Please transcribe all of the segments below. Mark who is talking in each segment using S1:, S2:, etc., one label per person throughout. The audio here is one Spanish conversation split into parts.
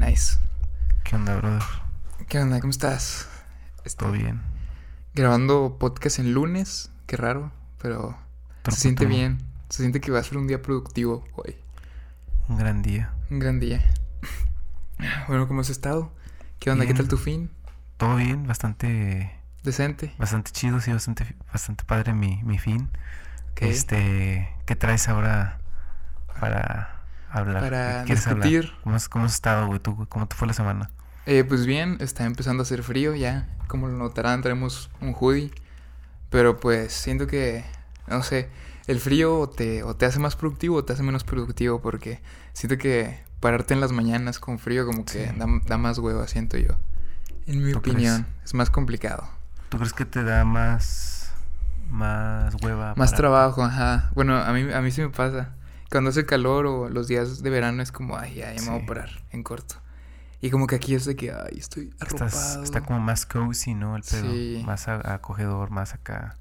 S1: Nice.
S2: ¿Qué onda, brother?
S1: ¿Qué onda? ¿Cómo estás?
S2: ¿Todo
S1: Estoy
S2: bien?
S1: grabando podcast en lunes. Qué raro, pero
S2: Pero
S1: se siente
S2: cuéntame,
S1: bien. Se siente que va a ser un día productivo hoy.
S2: Un gran día.
S1: Un gran día. Bueno, ¿cómo has estado? ¿Qué onda? ¿Qué
S2: Bien.
S1: tal tu fin?
S2: Todo bien, bastante
S1: Decente.
S2: bastante chido, sí, bastante bastante padre mi, mi fin.
S1: Ok.
S2: Este, ¿qué traes ahora para hablar?
S1: Para
S2: ¿Qué quieres hablar?
S1: discutir.
S2: ¿Cómo has, cómo has estado, güey? ¿Tú, güey? ¿Cómo te fue la semana?
S1: Eh, pues bien, está empezando a hacer frío ya. Como lo notarán, traemos un hoodie. Pero pues siento que, no sé, el frío o te, o te hace más productivo o te hace menos productivo. Porque siento que pararte en las mañanas con frío como que
S2: Sí.
S1: da, da más hueva, siento yo. En mi
S2: ¿Tú crees?
S1: opinión, es más complicado.
S2: ¿Tú crees que te da más más hueva?
S1: Más
S2: para-
S1: trabajo, ajá. Bueno, a mí, a mí sí me pasa. Cuando hace calor o los días de verano es como, ay, ya, ya me voy
S2: Sí.
S1: a parar en corto. Y como que aquí es de que, ay, estoy arropado.
S2: Estás, está como más cozy, ¿no? El pedo.
S1: Sí.
S2: Más a- acogedor, más acá.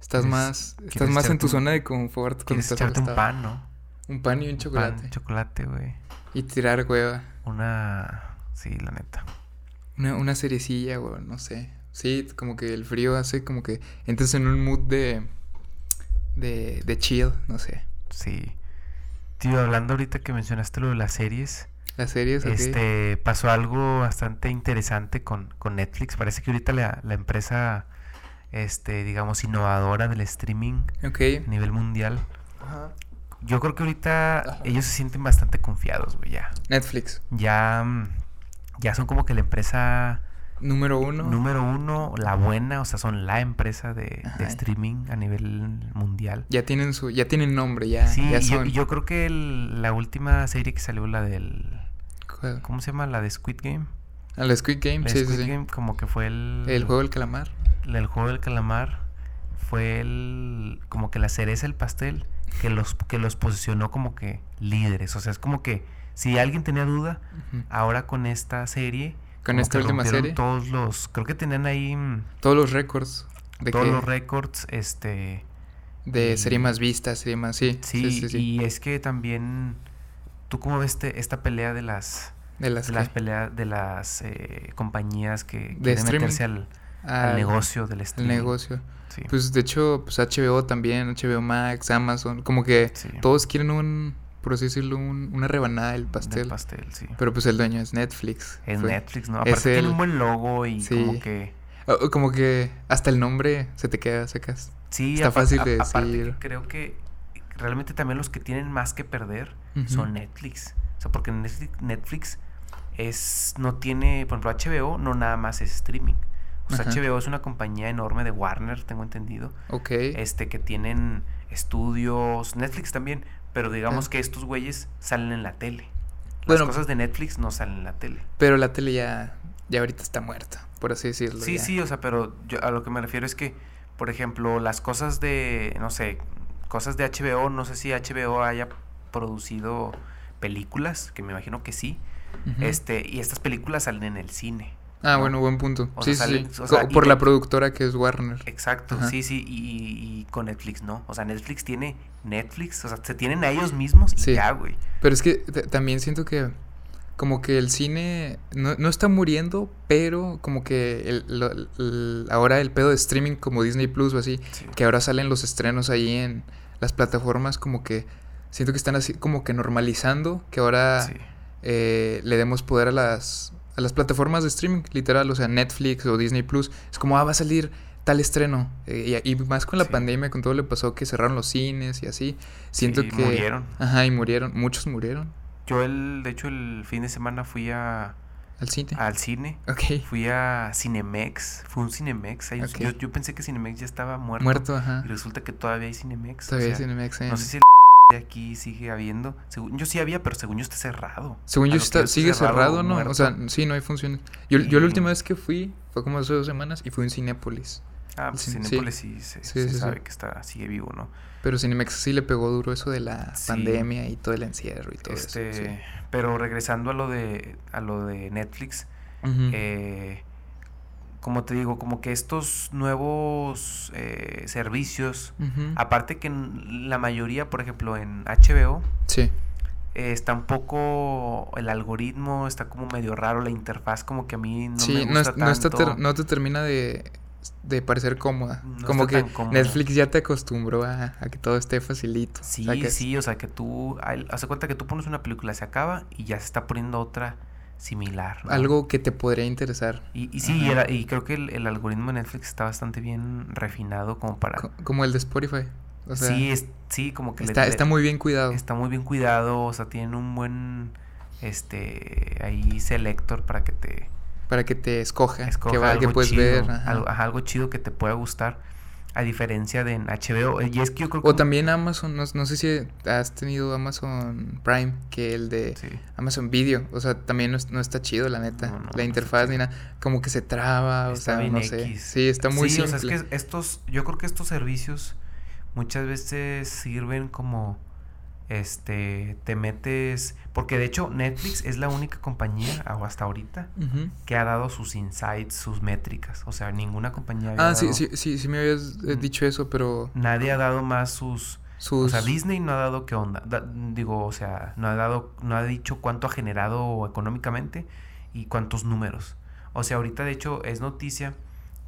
S1: Estás
S2: ¿Quieres-
S1: más, estás
S2: quieres
S1: más en tu
S2: echarte un-
S1: zona de confort cuando
S2: Quieres
S1: estás
S2: echarte un
S1: acostado.
S2: pan, ¿no?
S1: Un pan y un
S2: Pan,
S1: chocolate.
S2: chocolate, güey.
S1: y tirar hueva.
S2: Una... Sí, la neta.
S1: Una, una cerecilla, o no sé. Sí, como que el frío hace como que entras en un mood de, de, de chill, no sé.
S2: Sí. Tío, hablando ahorita que mencionaste lo de las series,
S1: Las series, ok.
S2: este, pasó algo bastante interesante con, con Netflix. Parece que ahorita la, la empresa, este, digamos, innovadora del streaming a
S1: Ok.
S2: nivel mundial.
S1: Ajá.
S2: Yo creo que ahorita
S1: Ajá.
S2: ellos se sienten bastante confiados, güey, ya.
S1: Netflix,
S2: Ya, mm, ya son como que la empresa
S1: número uno.
S2: número uno, la buena, o sea, son la empresa de,
S1: Ajá.
S2: de streaming a nivel mundial.
S1: Ya tienen su, ya tienen nombre, ya,
S2: Sí,
S1: ya
S2: y yo,
S1: son.
S2: y yo creo que el- la última serie que salió, la del...
S1: ¿Cuál?
S2: ¿Cómo se llama? La de Squid Game.
S1: Ah, la Squid Game,
S2: La
S1: sí,
S2: de
S1: sí,
S2: Squid
S1: sí.
S2: Game mm, como que fue el...
S1: El juego del calamar.
S2: la- el juego del calamar fue el... Como que la cereza del pastel que los, que los posicionó como que líderes. O sea, es como que si alguien tenía duda,
S1: Ujú.
S2: ahora con esta serie...
S1: Con
S2: ah, como
S1: esta
S2: que
S1: última
S2: rompieron
S1: serie.
S2: Todos los... Creo que tenían ahí mm,
S1: Todos los récords de
S2: todos
S1: que-
S2: los récords, este...
S1: de
S2: y-
S1: serie más vista, serie más, sí,
S2: Sí, y es que también... ¿Tú cómo ves este- esta pelea de las...
S1: De las,
S2: de las
S1: que-
S2: peleas de las eh, compañías que
S1: De
S2: quieren
S1: streaming. Ah,
S2: meterse al, al
S1: al-
S2: negocio del
S1: al
S2: streaming.
S1: negocio.
S2: Sí.
S1: Pues de hecho, pues HBO también, HBO Max, Amazon, como que
S2: Sí.
S1: todos quieren un, por así decirlo, un- una rebanada del
S2: Del
S1: pastel.
S2: pastel, sí.
S1: Pero pues el dueño es Netflix.
S2: En
S1: fue-
S2: Netflix, ¿no?
S1: es
S2: Aparte tiene
S1: el-
S2: un buen logo y
S1: Sí.
S2: como que...
S1: Ah, ah, Como que hasta el nombre se te queda, sacas.
S2: Sí,
S1: Está
S2: apar-
S1: fácil de
S2: aparte que
S1: decir.
S2: creo que realmente también los que tienen más que perder
S1: Ujú.
S2: son Netflix. O sea, porque Netflix, Netflix es no tiene, por ejemplo, HBO no nada más es streaming. O sea,
S1: Ajá.
S2: HBO es una compañía enorme de Warner, tengo entendido.
S1: Ok.
S2: este que tienen estudios, Netflix también, pero digamos que estos güeyes salen en la tele. Las
S1: Ah. Bueno.
S2: cosas de Netflix no salen en la tele.
S1: Pero la tele ya, ya ahorita está muerta, por así decirlo.
S2: Sí,
S1: ya.
S2: sí, o sea, pero yo a lo que me refiero es que, por ejemplo, las cosas de, no sé, cosas de HBO, no sé si HBO haya producido películas, que me imagino que sí,
S1: Ujú.
S2: este, y estas películas salen en el cine.
S1: Ah,
S2: ¿no?
S1: bueno, buen punto.
S2: O
S1: sí,
S2: sea,
S1: sí, sí.
S2: salen- o sea,
S1: Co-
S2: y
S1: por la
S2: de-
S1: productora que es Warner.
S2: Exacto,
S1: Ajá.
S2: sí, sí, y, y- y con Netflix no. O sea, Netflix tiene Netflix, o sea, se tienen a ellos mismos y
S1: Sí.
S2: ya, güey.
S1: Pero es que t- también siento que como que el cine no, no está muriendo, pero como que el- lo- el- ahora el pedo de streaming como Disney Plus o así,
S2: Sí.
S1: que ahora salen los estrenos ahí en las plataformas, como que siento que están así como que normalizando que ahora
S2: Sí.
S1: eh, le demos poder a las, a las plataformas de streaming, literal, o sea, Netflix o Disney Plus. Es como, ah, va a salir tal estreno. eh, y, y más con la
S2: Sí.
S1: pandemia, con todo lo que pasó, que cerraron los cines y así. Siento
S2: Sí,
S1: que.
S2: murieron.
S1: Ajá, y murieron. Muchos murieron
S2: Yo, el, de hecho, el fin de semana fui a,
S1: al cine.
S2: al cine.
S1: ok.
S2: Fui a Cinemex. Fue un Cinemex. hay un-
S1: Ok.
S2: yo, yo pensé que Cinemex ya estaba muerto.
S1: Muerto, ajá.
S2: Y resulta que todavía hay Cinemex. o
S1: Todavía hay
S2: sea,
S1: Cinemex en-
S2: No sé si el de aquí sigue habiendo. Según, yo sí había, pero según yo está cerrado.
S1: Según
S2: A
S1: yo,
S2: lo que
S1: está,
S2: está
S1: sigue cerrado,
S2: o
S1: ¿no?
S2: muerto.
S1: O sea, sí, no hay funciones. Yo, yo la
S2: Y-
S1: última vez que fui fue como hace dos semanas y fui en Cinépolis.
S2: ah, pues
S1: sí, sí.
S2: Cinépolis sí, se,
S1: Sí,
S2: se
S1: sí, sí.
S2: sabe que está, sigue vivo, ¿no?
S1: Pero Cinemex sí le pegó duro eso de la
S2: Sí.
S1: pandemia y todo el encierro y todo
S2: Este,
S1: eso. sí.
S2: Pero regresando a lo de, a lo de Netflix,
S1: Ujú.
S2: eh, como te digo, como que estos nuevos eh, servicios
S1: Ujú.
S2: Aparte que en la mayoría, por ejemplo, en HBO,
S1: Sí.
S2: eh, está un poco el algoritmo, está como medio raro la interfaz, como que a mí no
S1: sí,
S2: me
S1: no,
S2: gusta
S1: es- no está
S2: tanto.
S1: ter- no te termina de, de parecer cómoda.
S2: No
S1: Como
S2: está
S1: que
S2: tan cómoda.
S1: Netflix ya te acostumbró a, a que todo esté facilito. O
S2: Sí,
S1: sea que-
S2: sí, o sea que tú, al- hace cuenta que tú pones una película, se acaba y ya se está poniendo otra similar. ¿no?
S1: Algo que te podría interesar.
S2: Y, y sí, y
S1: Ajá.
S2: el- y creo que el, el algoritmo de Netflix está bastante bien refinado como para...
S1: co- Como el de Spotify. O sea,
S2: sí, es- sí, como que le-
S1: está,
S2: le-
S1: está muy bien cuidado.
S2: está muy bien cuidado, o sea, tienen un buen, este, ahí selector para que te
S1: Para que te escoja.
S2: escoja
S1: que, va-
S2: algo
S1: que puedes
S2: chido,
S1: ver. ajá.
S2: Algo, ajá, algo chido que te pueda gustar, a diferencia de en HBO. eh, Y es que yo creo que...
S1: O también Amazon. No, no sé si has tenido Amazon Prime. Que el de
S2: Sí.
S1: Amazon Video. O sea, también no, es- no está chido, la neta.
S2: No, no, no
S1: la
S2: está
S1: interfaz ni nada. Como que se traba. O
S2: Está
S1: sea,
S2: bien
S1: no sé.
S2: X.
S1: Sí, está muy
S2: Sí, o
S1: simple.
S2: sea, es que estos, yo creo que estos servicios muchas veces sirven como, este, te metes, porque de hecho Netflix es la única compañía, o hasta ahorita,
S1: Ujú.
S2: que ha dado sus insights, sus métricas, o sea, ninguna compañía había
S1: Ah, sí,
S2: dado-
S1: sí, sí, sí me habías eh,
S2: Mm.
S1: dicho eso, pero
S2: nadie ha dado más sus,
S1: sus...
S2: o sea, Disney no ha dado qué onda, da- digo, o sea, no ha dado, no ha dicho cuánto ha generado económicamente y cuántos números. O sea, ahorita de hecho es noticia,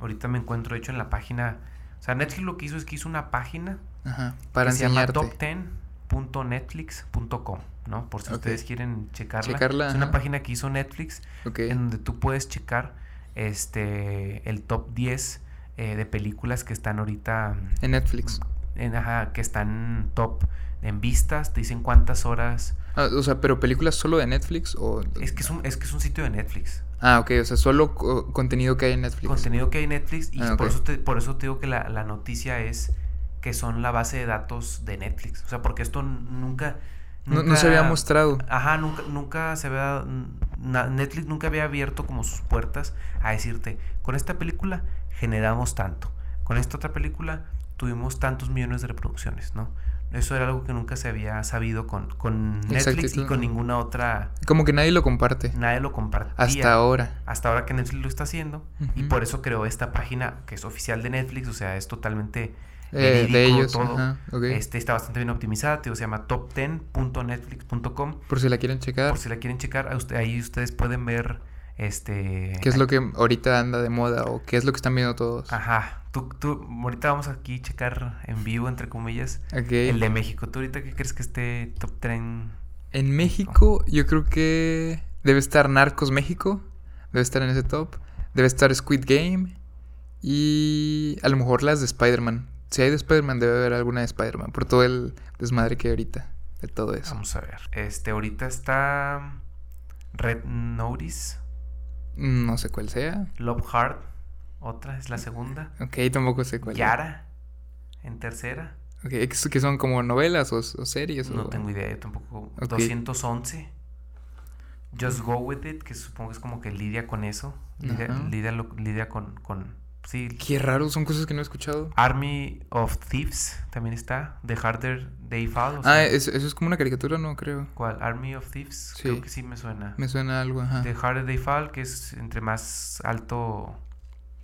S2: ahorita me encuentro de hecho en la página, o sea, Netflix lo que hizo es que hizo una página
S1: Ajá, para
S2: que
S1: enseñarte.
S2: se llama top10.netflix.com, ¿no? Por si
S1: Ok.
S2: ustedes quieren checarla.
S1: Checarla,
S2: es una
S1: ajá.
S2: página que hizo Netflix
S1: Ok.
S2: en donde tú puedes checar este el top 10 eh, de películas que están ahorita mm,
S1: En Netflix.
S2: en- ajá, que están top en vistas, te dicen cuántas horas.
S1: Ah, o sea, pero películas solo de Netflix o...
S2: Es que es un, es que es un sitio de Netflix.
S1: Ah, ok, o sea, solo co- contenido que hay en Netflix.
S2: Contenido que hay en Netflix y
S1: Ah,
S2: por,
S1: ok.
S2: eso te, por eso te digo que la, la noticia es que son la base de datos de Netflix. O sea, porque esto n- nunca...
S1: No, no se había
S2: nunca-
S1: mostrado.
S2: Ajá, nunca, nunca se había... na- Netflix nunca había abierto como sus puertas a decirte, con esta película generamos tanto, con esta otra película tuvimos tantos millones de reproducciones, ¿no? Eso era algo que nunca se había sabido con, con Netflix y
S1: Exactitud.
S2: con ninguna otra...
S1: Como que nadie lo comparte.
S2: Nadie lo compartía.
S1: Hasta ahora.
S2: Hasta ahora que Netflix lo está haciendo. ah, Y
S1: Ujú.
S2: por eso creó esta página que es oficial de Netflix, o sea, es totalmente...
S1: Eh, de
S2: verídico
S1: ellos.
S2: todo.
S1: Ajá, ok.
S2: Este está bastante bien optimizada, te digo, se llama top10.netflix.com.
S1: Por si la quieren checar.
S2: Por si la quieren checar, a usted- ahí ustedes pueden ver este.
S1: ¿Qué es lo que ahorita anda de moda o qué es lo que están viendo todos?
S2: Ajá. Tú, tú, ahorita vamos aquí a checar en vivo, entre comillas,
S1: Ok.
S2: el de México. ¿Tú ahorita qué crees que esté top tren?
S1: En México, yo creo que debe estar Narcos México, debe estar en ese top, debe estar Squid Game y a lo mejor las de Spider-Man. Si hay de Spider-Man, debe haber alguna de Spider-Man por todo el desmadre que hay ahorita de todo eso.
S2: Vamos a ver. Este, ahorita está Red Notice,
S1: Mm, No sé cuál sea.
S2: Love Hard, otra es la segunda.
S1: Ok, tampoco sé cuál. sea.
S2: Yara, en tercera.
S1: Ok, ¿es que son como novelas o, o series.
S2: No
S1: o-
S2: tengo idea, yo tampoco.
S1: Ok.
S2: 211. Just Go With It, que supongo que es como que lidia con eso. Lidia,
S1: Ajá.
S2: lidia lo- lidia con, con. Sí.
S1: Qué raro, son cosas que no he escuchado.
S2: Army of Thieves también está. The Harder They Fall. o
S1: ah,
S2: sea,
S1: eso, eso es como una caricatura, no creo.
S2: ¿Cuál? Army of Thieves. Creo
S1: Sí.
S2: que sí me suena.
S1: Me suena algo, ajá.
S2: The Harder They Fall, que es entre más alto.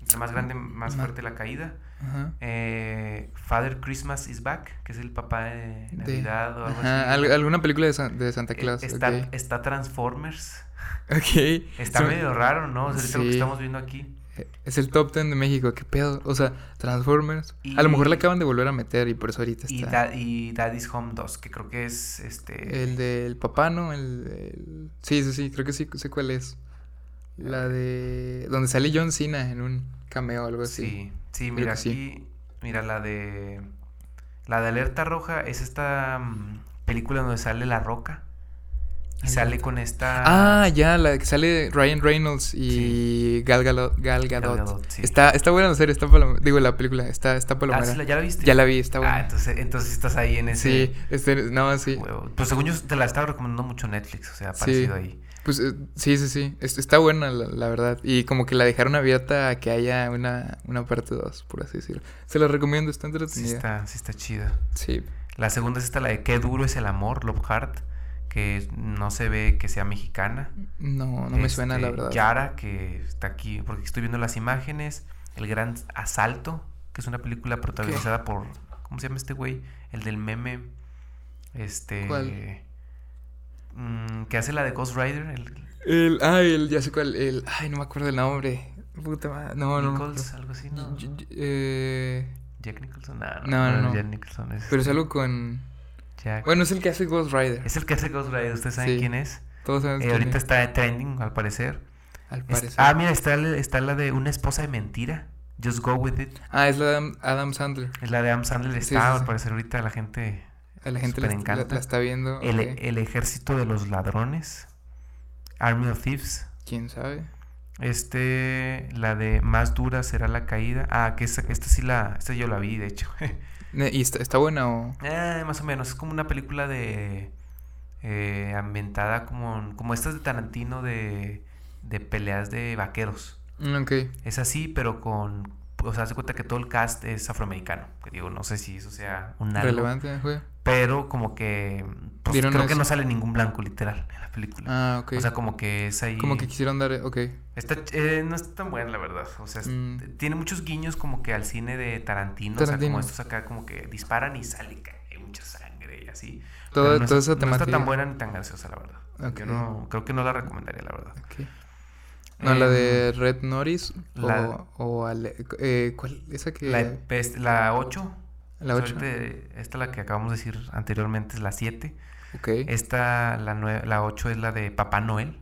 S2: Entre más grande, más
S1: Ma-
S2: fuerte la caída.
S1: Ajá.
S2: Eh, Father Christmas is Back, que es el papá de
S1: De-
S2: Navidad o algo
S1: Ajá,
S2: así.
S1: al- alguna película de, San- de Santa
S2: Eh,
S1: Claus.
S2: está,
S1: ok.
S2: está Transformers.
S1: Ok.
S2: Está
S1: Son-
S2: medio raro, ¿no? O sea, ahorita lo que
S1: Sí.
S2: estamos viendo aquí.
S1: Es el top 10 de México, qué pedo. O sea, Transformers. A lo mejor
S2: Y-
S1: le acaban de volver a meter y por eso ahorita
S2: Y,
S1: está.
S2: Da- y Daddy's Home 2, que creo que es este.
S1: El del papá, ¿no? El, el- Sí, sí, sí, creo que sí sé cuál es. La de. Donde sale John Cena en un cameo o algo así.
S2: sí, sí,
S1: Creo
S2: mira
S1: que sí.
S2: aquí. Mira la de. La de Alerta Roja es esta mm, película donde sale La Roca. Y sale
S1: Alerta.
S2: con esta.
S1: Ah, ya, la que sale Ryan Reynolds y Gal Galo- Gal
S2: Gal
S1: Gadot.
S2: Gadot, sí.
S1: Está, está buena la serie, está palom- digo la película, está, está
S2: Ah,
S1: palomera.
S2: sí, la- ¿ya la viste?
S1: Ya la vi, está buena.
S2: Ah, entonces, eh, entonces estás ahí en ese.
S1: sí, este, no, sí.
S2: huevo. Pues según yo te la estaba recomendando mucho Netflix, o sea, ha
S1: Sí.
S2: aparecido ahí.
S1: Pues eh, sí, sí, sí. Es- está buena, la, la verdad. Y como que la dejaron abierta a que haya una, una parte 2, por así decirlo. Se la recomiendo, está
S2: Sí,
S1: entretenida.
S2: está, sí está chida.
S1: Sí.
S2: La segunda es esta, la de Qué duro es el amor, Love Heart, que no se ve que sea mexicana.
S1: No, no me suena, la
S2: Este,
S1: verdad.
S2: Yara, que está aquí, porque estoy viendo las imágenes. El Gran Asalto, que es una película protagonizada por. ¿Cómo se llama este güey? El del meme. Este.
S1: ¿Cuál?
S2: mm, que hace la de Ghost Rider, el
S1: El, ah, el, ya sé cuál, el, ay, no me acuerdo el nombre. Puta madre, no, no. me
S2: Nichols,
S1: acuerdo.
S2: algo así, ¿no?
S1: Y- y- eh,
S2: Jack Nicholson, no,
S1: No,
S2: no,
S1: no,
S2: es
S1: no.
S2: Jack Nicholson es
S1: pero es algo con,
S2: Jack.
S1: bueno, es el que hace Ghost Rider.
S2: Es el que hace Ghost Rider, ustedes saben
S1: Sí.
S2: quién es.
S1: Todos saben
S2: Eh,
S1: quién
S2: ahorita
S1: es,
S2: está de trending, al parecer.
S1: al
S2: Es-
S1: parecer.
S2: ah, mira, está, el- está la de una esposa de mentira. Just go with it.
S1: Ah, es la de Adam, Adam Sandler.
S2: Es la de Adam Sandler.
S1: Sí,
S2: Está,
S1: sí, sí.
S2: al parecer, ahorita la gente.
S1: A la gente la,
S2: Súper
S1: est- la-
S2: encanta.
S1: la está viendo.
S2: El,
S1: ok,
S2: el ejército de los ladrones. Army of Thieves.
S1: ¿Quién sabe?
S2: Este, la de más dura será la caída. Ah, que esta, esta sí la, esta yo la vi, de hecho.
S1: Ne- ¿Y está, está buena o...?
S2: Eh, más o menos, es como una película de... eh, ambientada como, en- como estas de Tarantino de, de peleas de vaqueros.
S1: Mm, Ok,
S2: Es así, pero con... O sea, se cuenta que todo el cast es afroamericano. Que digo, no sé si eso sea un algo,
S1: relevante, güey.
S2: Pero como que... pues,
S1: ¿Vieron
S2: creo que
S1: eso?
S2: no sale ningún blanco literal en la película.
S1: Ah, ok.
S2: O sea, como que es ahí...
S1: Como que quisieron dar, ok.
S2: Está ch- eh, no es tan buena, la verdad. O sea, es-
S1: Mm.
S2: tiene muchos guiños como que al cine de Tarantino. O sea,
S1: Tarantino.
S2: como estos acá, como que disparan y sale ca- hay mucha sangre y así.
S1: Todo-
S2: Pero no
S1: toda
S2: es-
S1: esa
S2: No está
S1: temática.
S2: tan buena ni tan graciosa, la verdad.
S1: Ok.
S2: Yo no, creo que no la recomendaría, la verdad.
S1: ok. No, la
S2: Em,
S1: de Red Norris
S2: la-
S1: o, o Ale- eh, ¿cuál? Esa que...
S2: La, pest- la 8.
S1: la
S2: o
S1: 8.
S2: sea, ahorita, eh, esta la que acabamos de decir anteriormente es la 7.
S1: Ok.
S2: Esta, la, nue- la 8 es la de Papá Noel.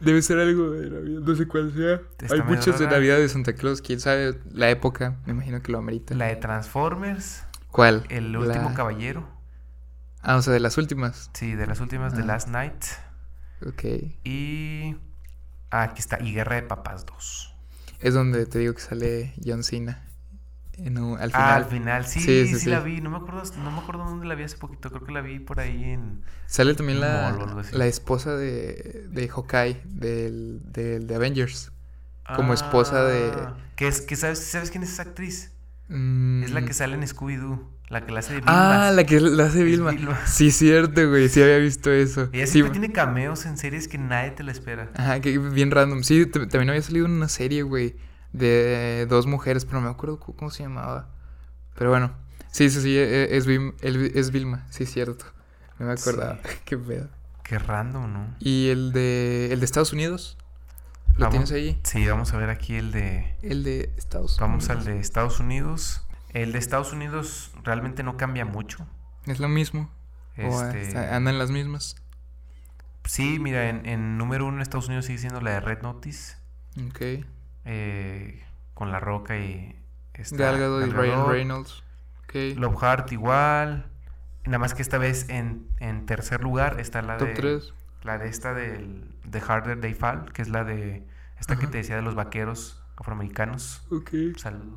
S1: Debe ser algo de Navidad, no sé cuál sea.
S2: Está
S1: Hay
S2: medio
S1: muchos de
S2: rara.
S1: Navidad de Santa Claus, quién sabe la época, me imagino que lo amerita.
S2: La e- de Transformers.
S1: ¿Cuál?
S2: El último
S1: La-
S2: caballero.
S1: Ah, o sea, de las últimas.
S2: Sí, de las últimas de
S1: Ah.
S2: Last Night.
S1: Ok.
S2: Y. ah, aquí está. Y Guerra de Papás 2.
S1: Es donde te digo que sale John Cena. En un- al
S2: Ah,
S1: final.
S2: al final, sí,
S1: Sí,
S2: sí,
S1: sí, sí.
S2: la vi. No me acuerdo, no me acuerdo dónde la vi hace poquito. Creo que la vi por ahí en.
S1: Sale también la,
S2: Mall o algo así.
S1: la esposa de, de Hawkeye, del, del de Avengers. Como esposa de-
S2: Ah, Que es, que sabes, ¿sabes quién es esa actriz? Es la
S1: Mm.
S2: que sale en Scooby-Doo. La que la hace de Vilma.
S1: Ah, la que la hace
S2: Es
S1: Vilma.
S2: Vilma.
S1: Sí, cierto, güey. Sí había visto eso.
S2: Ella
S1: Sí,
S2: siempre tiene cameos en series que nadie te la espera.
S1: Ajá, que bien random. Sí, t- también había salido una serie, güey, de dos mujeres, pero no me acuerdo cu- cómo se llamaba. Pero bueno, sí, sí, sí, e- e- es, Vim- el- es Vilma, sí, cierto. No me acordaba, qué pedo.
S2: Qué random, ¿no?
S1: ¿Y el de, el de Estados Unidos? ¿Lo
S2: Vamos.
S1: tienes ahí?
S2: Sí, vamos a ver aquí el de.
S1: El de Estados
S2: Vamos al
S1: Unidos.
S2: de Estados Unidos. El de Estados Unidos realmente no cambia mucho.
S1: Es lo mismo. O eh,
S2: Este,
S1: hasta andan las mismas.
S2: Sí, mira, en, en número uno en Estados Unidos sigue siendo la de Red Notice,
S1: Ok.
S2: eh, con La Roca y... esta-
S1: Gal Gadot y
S2: Gal
S1: Ryan
S2: Gadot.
S1: Reynolds. Ok.
S2: Love Heart igual, nada más que esta vez en, en tercer lugar está la
S1: Top
S2: de...
S1: 3.
S2: La de esta del de Harder They Fall, que es la de... Esta que
S1: Ajá.
S2: te decía de los vaqueros afroamericanos.
S1: Ok.
S2: Salud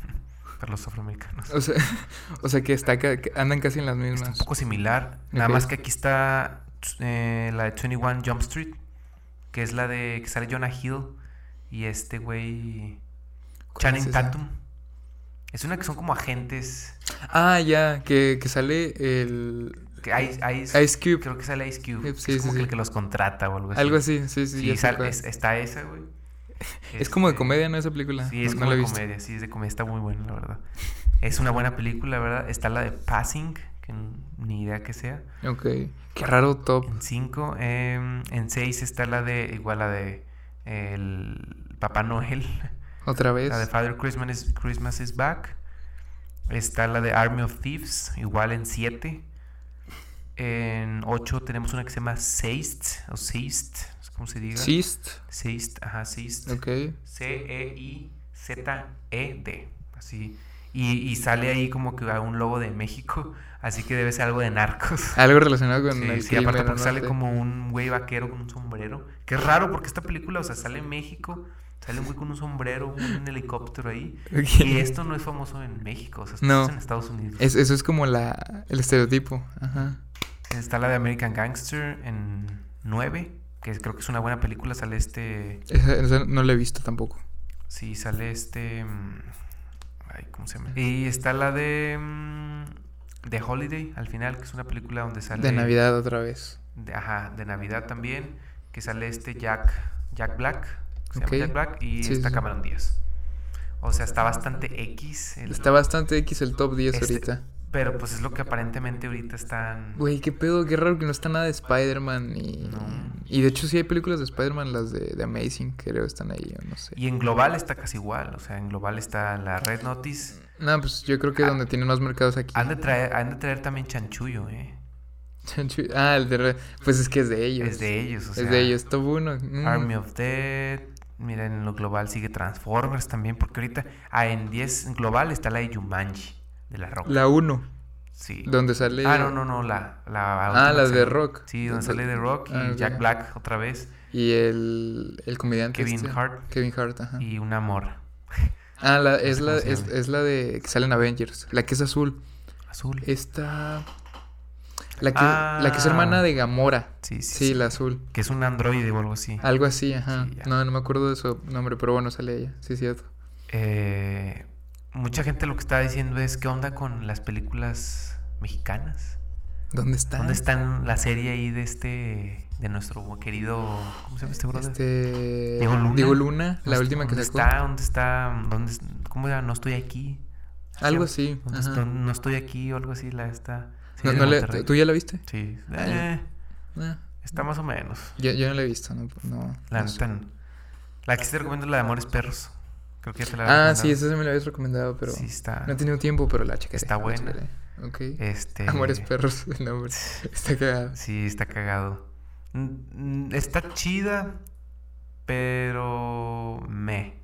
S2: para los afroamericanos.
S1: O sea, o sea que, está, ca- que andan casi en las
S2: Está un
S1: mismas.
S2: poco similar, nada
S1: Ok.
S2: más que aquí está eh, la de 21 Jump Street, que es la de que sale Jonah Hill y este güey
S1: ¿Cuál
S2: Channing
S1: es esa?
S2: Tatum. Es una que son como agentes.
S1: Ah, ya, que, que sale el
S2: Que Ice, Ice-
S1: Ice Cube.
S2: creo que sale Ice Cube.
S1: Sí,
S2: que
S1: sí,
S2: es como
S1: sí.
S2: que el que los contrata o algo así.
S1: Algo así, sí, sí.
S2: Sí,
S1: ya sé
S2: sal-
S1: cuál.
S2: es- está esa, güey.
S1: Es como de
S2: Este,
S1: comedia, ¿no? Esa película.
S2: Sí, es
S1: no,
S2: como
S1: no la
S2: de
S1: he visto.
S2: comedia, sí, es de comedia, está muy buena, la verdad. Es una buena película, la verdad. Está la de Passing, que n- ni idea que sea.
S1: Ok. Qué raro top.
S2: En 5, en 6 está la de, igual la de el Papá Noel,
S1: Otra vez.
S2: la de Father Christmas is, Christmas is Back, está la de Army of Thieves, igual en 7, en 8 tenemos una que se llama Seist, o Seist, ¿cómo se diga?
S1: Sist.
S2: Seist, ajá, Seist, E
S1: Ok.
S2: C-E-I-Z-E-D, E así, y, y sale ahí como que a un logo de México, así que debe ser algo de narcos.
S1: Algo relacionado con
S2: Sí,
S1: el
S2: sí,
S1: crimen,
S2: aparte
S1: ¿no?
S2: porque sale
S1: Sí.
S2: como un güey vaquero con un sombrero. Que es raro porque esta película, o sea, sale en México, sale un güey con un sombrero, un helicóptero ahí.
S1: Ok.
S2: Y esto no es famoso en México, o sea, esto
S1: No.
S2: es en Estados Unidos.
S1: Es- eso es como la, el estereotipo. Ajá.
S2: Está la de American Gangster en 9, que es- creo que es una buena película. Sale este.
S1: Esa, esa no la he visto tampoco.
S2: Sí, sale este. mm, Ay, ¿cómo se llama? Y está la de. mm, The Holiday, al final, que es una película donde sale.
S1: De Navidad otra vez.
S2: de, ajá, de Navidad también, que sale este Jack, Jack Black, se
S1: Ok.
S2: llama Jack Black, y
S1: Sí,
S2: está
S1: sí.
S2: Cameron Díaz. O sea, está bastante X. el-
S1: Está bastante X el top 10
S2: Este-
S1: ahorita.
S2: Pero pues es lo que aparentemente ahorita están.
S1: Güey, qué pedo, qué raro que no está nada de Spider-Man y...
S2: No.
S1: Y de hecho sí hay películas de Spider-Man, las de, de Amazing, creo, están ahí, o no sé.
S2: Y en global está casi igual. O sea, en global está la Red Notice.
S1: No, pues yo creo que
S2: Ah.
S1: donde tienen más mercados aquí.
S2: Han de traer, han de traer también Chanchullo, ¿eh?
S1: Chanchu- Ah, el de... re- Pues es que es de ellos.
S2: Es de ellos, o sea.
S1: Es de ellos, top uno. Mm.
S2: Army of Dead. Mira, en lo global sigue Transformers también, porque ahorita ah, en 10 global está la de Jumanji, de la Rock.
S1: La uno,
S2: sí.
S1: donde sale...
S2: Ah, no, no, no, la... la
S1: Ah,
S2: última
S1: la
S2: que
S1: de
S2: salió.
S1: Rock.
S2: Sí, donde
S1: Donde-
S2: sale The Rock y
S1: Ah, ok.
S2: Jack Black otra vez
S1: Y el, el comediante
S2: Kevin
S1: este,
S2: Hart.
S1: Kevin Hart, ajá.
S2: y una morra
S1: Ah, la, es,
S2: sé
S1: la,
S2: cómo se
S1: es,
S2: llama.
S1: es la de... que sale en Avengers. La que es azul.
S2: azul.
S1: Eh, Esta... La que, la que es
S2: Ah.
S1: hermana de Gamora.
S2: Sí, sí,
S1: Sí,
S2: sí.
S1: la azul.
S2: Que es un androide o algo así.
S1: Algo así, ajá.
S2: Sí, ya.
S1: no, no me acuerdo de su nombre, pero bueno, sale ella. Sí, cierto.
S2: Eh, mucha gente lo que está diciendo es qué onda con las películas mexicanas.
S1: ¿Dónde está?
S2: ¿Dónde están la serie ahí de este, de nuestro querido, ¿cómo se llama este brother?
S1: Este...
S2: Diego Luna.
S1: Luna, la
S2: ¿Dónde-
S1: última que
S2: dónde
S1: sacó.
S2: Está, ¿Dónde está? ¿Dónde es- ¿Cómo era? No estoy aquí.
S1: Algo así.
S2: ¿Dónde
S1: ajá.
S2: está- No estoy aquí o algo así. La está.
S1: No, no le- ¿Tú ya la viste?
S2: Sí.
S1: Ah, yo-
S2: Eh,
S1: Eh,
S2: está más o menos.
S1: yo, yo no la he visto, no. no-
S2: La
S1: no sé.
S2: neta, no. La que sí te recomiendo es la de Amores Perros. Creo que ya te la
S1: Ah,
S2: recomendaba.
S1: sí, esa se me la habías recomendado, pero
S2: Sí, está.
S1: no he tenido tiempo, pero la chequé.
S2: Está buena.
S1: Ok.
S2: Este,
S1: Amores perros, el nombre. Está cagado.
S2: Sí, está cagado. Mm, mm, Está chida, pero me.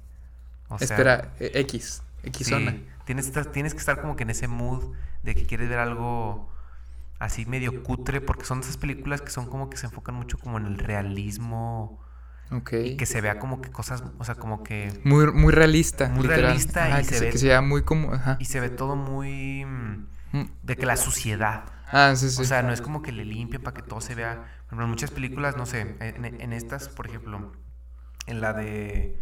S2: O sea,
S1: Espera, eh, X. X zona.
S2: Sí, tienes, que estar- tienes que estar como que en ese mood de que quieres ver algo así medio cutre, porque son de esas películas que son como que se enfocan mucho como en el realismo
S1: Ok.
S2: y que se vea como que cosas, o sea, como que...
S1: Muy, muy realista.
S2: Muy
S1: literal.
S2: realista y
S1: Ajá,
S2: se
S1: que,
S2: ve-
S1: que se vea muy como. Ajá.
S2: Y se ve todo muy... mm,
S1: Mm.
S2: De que la suciedad.
S1: Ah, sí, sí.
S2: O sea, no es como que le limpien para que todo se vea. Por ejemplo, en muchas películas, no sé, en, en- en estas, por ejemplo, en la de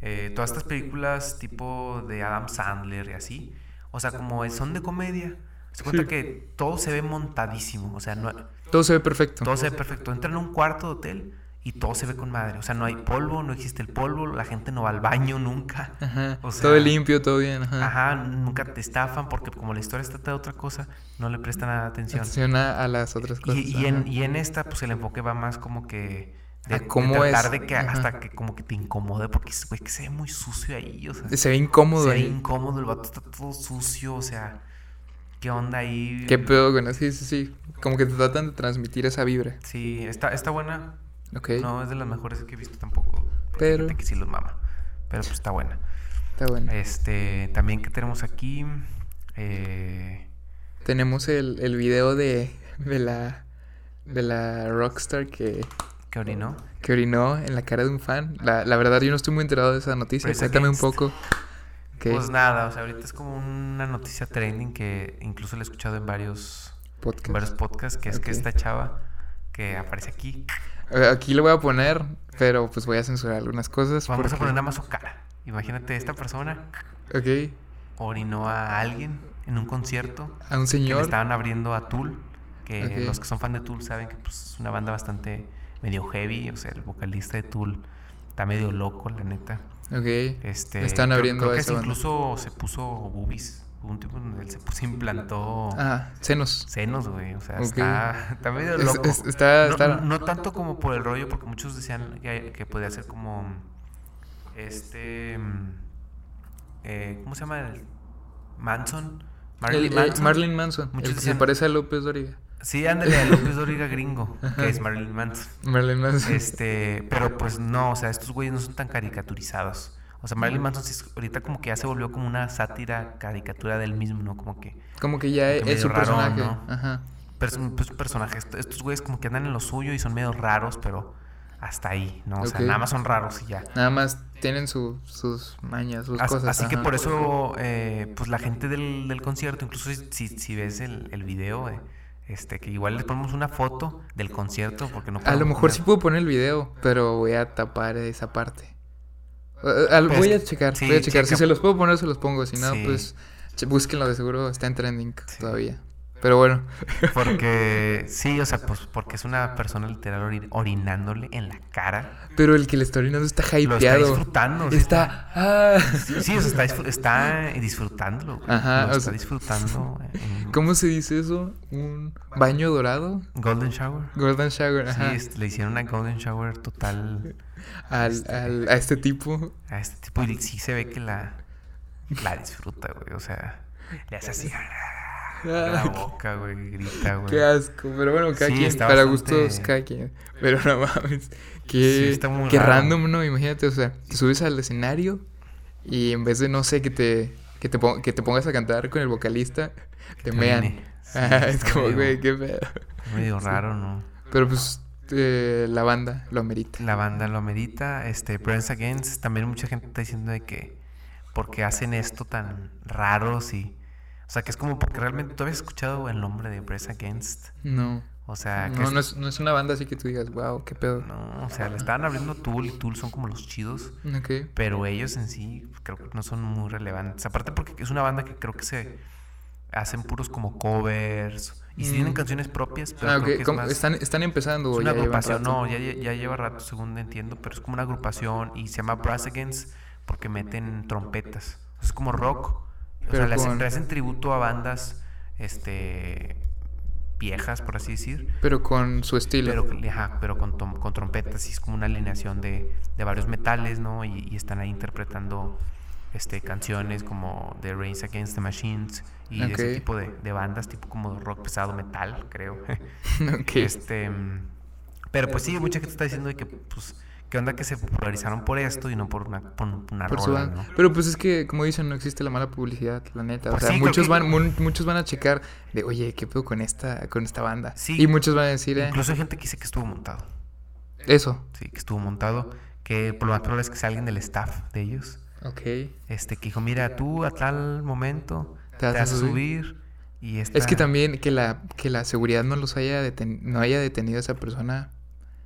S2: eh, todas estas películas tipo de Adam Sandler y así, o sea, como es- son de comedia, se cuenta
S1: Sí.
S2: que todo se ve montadísimo, o sea, no,
S1: Todo se ve perfecto.
S2: todo se ve perfecto. Entra en un cuarto de hotel y todo se ve con madre, o sea, no hay polvo, no existe el polvo, la gente no va al baño nunca.
S1: Ajá.
S2: o sea-
S1: todo limpio, todo bien. Ajá.
S2: Ajá, nunca te estafan porque como la historia se trata de otra cosa, no le prestan atención.
S1: Atención a, a las otras cosas.
S2: Y, y en,
S1: ajá.
S2: y en esta, pues el enfoque va más como que. De,
S1: A
S2: de
S1: cómo
S2: tratar
S1: es,
S2: de que
S1: ajá.
S2: hasta que como que te incomode, porque es- güey, que se ve muy sucio ahí, o sea.
S1: Se ve incómodo
S2: se ve
S1: ahí.
S2: incómodo, el vato está todo sucio, o sea. ¿Qué onda ahí?
S1: Qué pedo con Sí, sí, sí. Como que te tratan de transmitir esa vibra.
S2: Sí, está, está buena.
S1: Ok.
S2: No es de las mejores que he visto tampoco. porque hay
S1: Pero-
S2: gente que sí los mama. Pero pues está buena.
S1: Está bueno.
S2: Este, también que tenemos aquí. Eh,
S1: Tenemos el, el video de, de la de la rockstar que,
S2: ¿Qué orinó?
S1: que orinó en la cara de un fan. La, la verdad yo no estoy muy enterado de esa noticia.
S2: Press
S1: Cuéntame un
S2: against.
S1: poco. ¿Qué
S2: Pues nada, o sea, ahorita es como una noticia trending que incluso la he escuchado en varios, en varios
S1: podcast?
S2: podcasts, que es que
S1: Ok.
S2: esta chava que aparece aquí,
S1: Eh, Aquí lo voy a poner, pero pues voy a censurar algunas cosas.
S2: vamos a
S1: porque-
S2: poner nada más su cara. Imagínate, esta persona
S1: Ok.
S2: orinó a alguien en un concierto
S1: A un
S2: que le
S1: señor.
S2: estaban abriendo a Tool, que
S1: Ok.
S2: los que son fan de Tool saben que pues, es una banda bastante medio heavy, o sea, el vocalista de Tool está medio loco, la neta.
S1: Ok.
S2: Este,
S1: Le están
S2: creo-
S1: abriendo
S2: creo
S1: a
S2: que
S1: esa banda.
S2: incluso se puso boobies, hubo un tipo donde él se puso implantó
S1: Ah, senos.
S2: senos, güey. O sea,
S1: Ok.
S2: está, está medio
S1: Es-
S2: loco.
S1: es- está-
S2: no,
S1: está-
S2: no tanto como por el rollo, porque muchos decían que, que podía ser como. Este. mm, eh, ¿Cómo se llama? El Manson. Marilyn
S1: El- el
S2: Manson.
S1: Marilyn Manson.
S2: Muchos
S1: el que se
S2: decían-
S1: parece a López Dóriga.
S2: Sí, ándale, López Dóriga gringo, que es Marilyn Manson.
S1: Marilyn Manson.
S2: Este, pero pues no, o sea, estos güeyes no son tan caricaturizados. O sea, Marilyn Manson sí es- ahorita como que ya se volvió como una sátira, caricatura del mismo, ¿no? Como que
S1: Como que ya
S2: Como que
S1: es un
S2: medio rarón,
S1: personaje.
S2: ¿no?
S1: Ajá.
S2: perso- pues, personajes. Est- Estos güeyes como que andan en lo suyo y son medio raros, pero hasta ahí, ¿no? O sea,
S1: Ok.
S2: nada más son raros y ya.
S1: Nada más tienen su- sus mañas, sus
S2: As-
S1: cosas.
S2: así que
S1: ajá.
S2: por eso, eh, pues la gente del, del concierto, incluso si, si- si ves el, el video, eh, este, que igual les ponemos una foto del concierto, porque no
S1: A lo
S2: podemos
S1: mejor
S2: poner-
S1: sí puedo poner el video, pero voy a tapar esa parte. Eh, al-
S2: Pues,
S1: voy a checar,
S2: sí,
S1: voy a checar. Si
S2: checa.
S1: se los puedo poner, se los pongo. Si no,
S2: Sí.
S1: pues che- búsquenlo, de seguro está en trending todavía. Pero bueno,
S2: Porque, sí, o sea, pues porque es una persona literal ori- orinándole en la cara.
S1: pero el que le está orinando está
S2: Lo está
S1: hypeado.
S2: disfrutando. o sea,
S1: Está. ah.
S2: Sí, o sea, está, disfru- está disfrutándolo. güey,
S1: Ajá,
S2: lo
S1: o
S2: está
S1: sea-
S2: disfrutando en
S1: ¿Cómo se dice eso? ¿Un baño dorado?
S2: Golden Shower.
S1: Golden Shower,
S2: Sí,
S1: ajá.
S2: es- le hicieron una Golden Shower total
S1: Al, al- a este tipo.
S2: a este tipo y sí se ve que la, la disfruta, güey. O sea, le hace así a
S1: Ah,
S2: la boca, güey, grita, güey.
S1: Qué asco, pero bueno, cada
S2: Sí,
S1: quien,
S2: está
S1: para
S2: bastante-
S1: gustos, cada quien. Pero no mames,
S2: Sí,
S1: qué,
S2: está muy
S1: qué
S2: raro.
S1: random, ¿no? Imagínate, o sea, te subes al escenario y en vez de, no sé, que te, que te, pon- que te pongas a cantar con el vocalista, te mean.
S2: orine. Sí,
S1: Ah, es
S2: está
S1: como,
S2: medio-
S1: güey, qué pedo.
S2: Medio raro, ¿no?
S1: Pero pues eh, la banda lo amerita.
S2: La banda lo medita, este, Prince Against, también mucha gente está diciendo de que porque hacen esto tan raros y, o sea, que es como porque realmente, ¿tú habías escuchado el nombre de Prince Against?
S1: No.
S2: O sea, Ah, que
S1: No, no es, no es una banda así que tú digas, wow, qué pedo.
S2: no, o sea, le estaban abriendo Tool y Tool son como los chidos,
S1: Ok.
S2: pero ellos en sí creo que no son muy relevantes. Aparte porque es una banda que creo que se hacen puros como covers y sí tienen
S1: Mm.
S2: canciones propias, pero
S1: Ah,
S2: creo
S1: ok,
S2: que es
S1: ¿cómo-
S2: más-
S1: están, están empezando.
S2: Es
S1: o
S2: una
S1: ya llevan
S2: agrupación,
S1: rato?
S2: no, ya, lle- ya lleva rato según entiendo, pero es como una agrupación y se llama Brass Against porque meten trompetas. O sea, es como rock. O sea,
S1: Pero
S2: le hacen,
S1: con-
S2: le hacen tributo a bandas este viejas, por así decir,
S1: Pero con su estilo.
S2: pero, que- ajá, pero con, tom- con trompetas y es como una alineación de, de varios metales, ¿no? Y, y están ahí interpretando este canciones como The Rains Against the Machines y de ese
S1: Ok.
S2: tipo de, de bandas, tipo como rock pesado metal, creo.
S1: Ok.
S2: Este, mm, pero pues sí, mucha gente está diciendo de que, pues, qué onda que se popularizaron por esto y no por una, por una
S1: Por su
S2: rola,
S1: banda.
S2: ¿no?
S1: Pero pues es que, como dicen, no existe la mala publicidad, la neta. O
S2: Pues
S1: sea,
S2: sí, creo
S1: muchos
S2: que-
S1: van, mun- muchos van a checar de, oye, ¿qué pedo con esta, con esta banda?
S2: Sí.
S1: Y muchos van a decir, eh,
S2: Incluso hay gente que dice que estuvo montado,
S1: eso.
S2: sí, que estuvo montado, que por lo más probable es que sea alguien del staff de ellos,
S1: Ok.
S2: este, que dijo, mira, tú a tal momento te,
S1: vas a
S2: vas a subir Ah. y
S1: Es que
S2: esta-
S1: también que la, que la seguridad no los haya deten- no haya detenido a esa persona.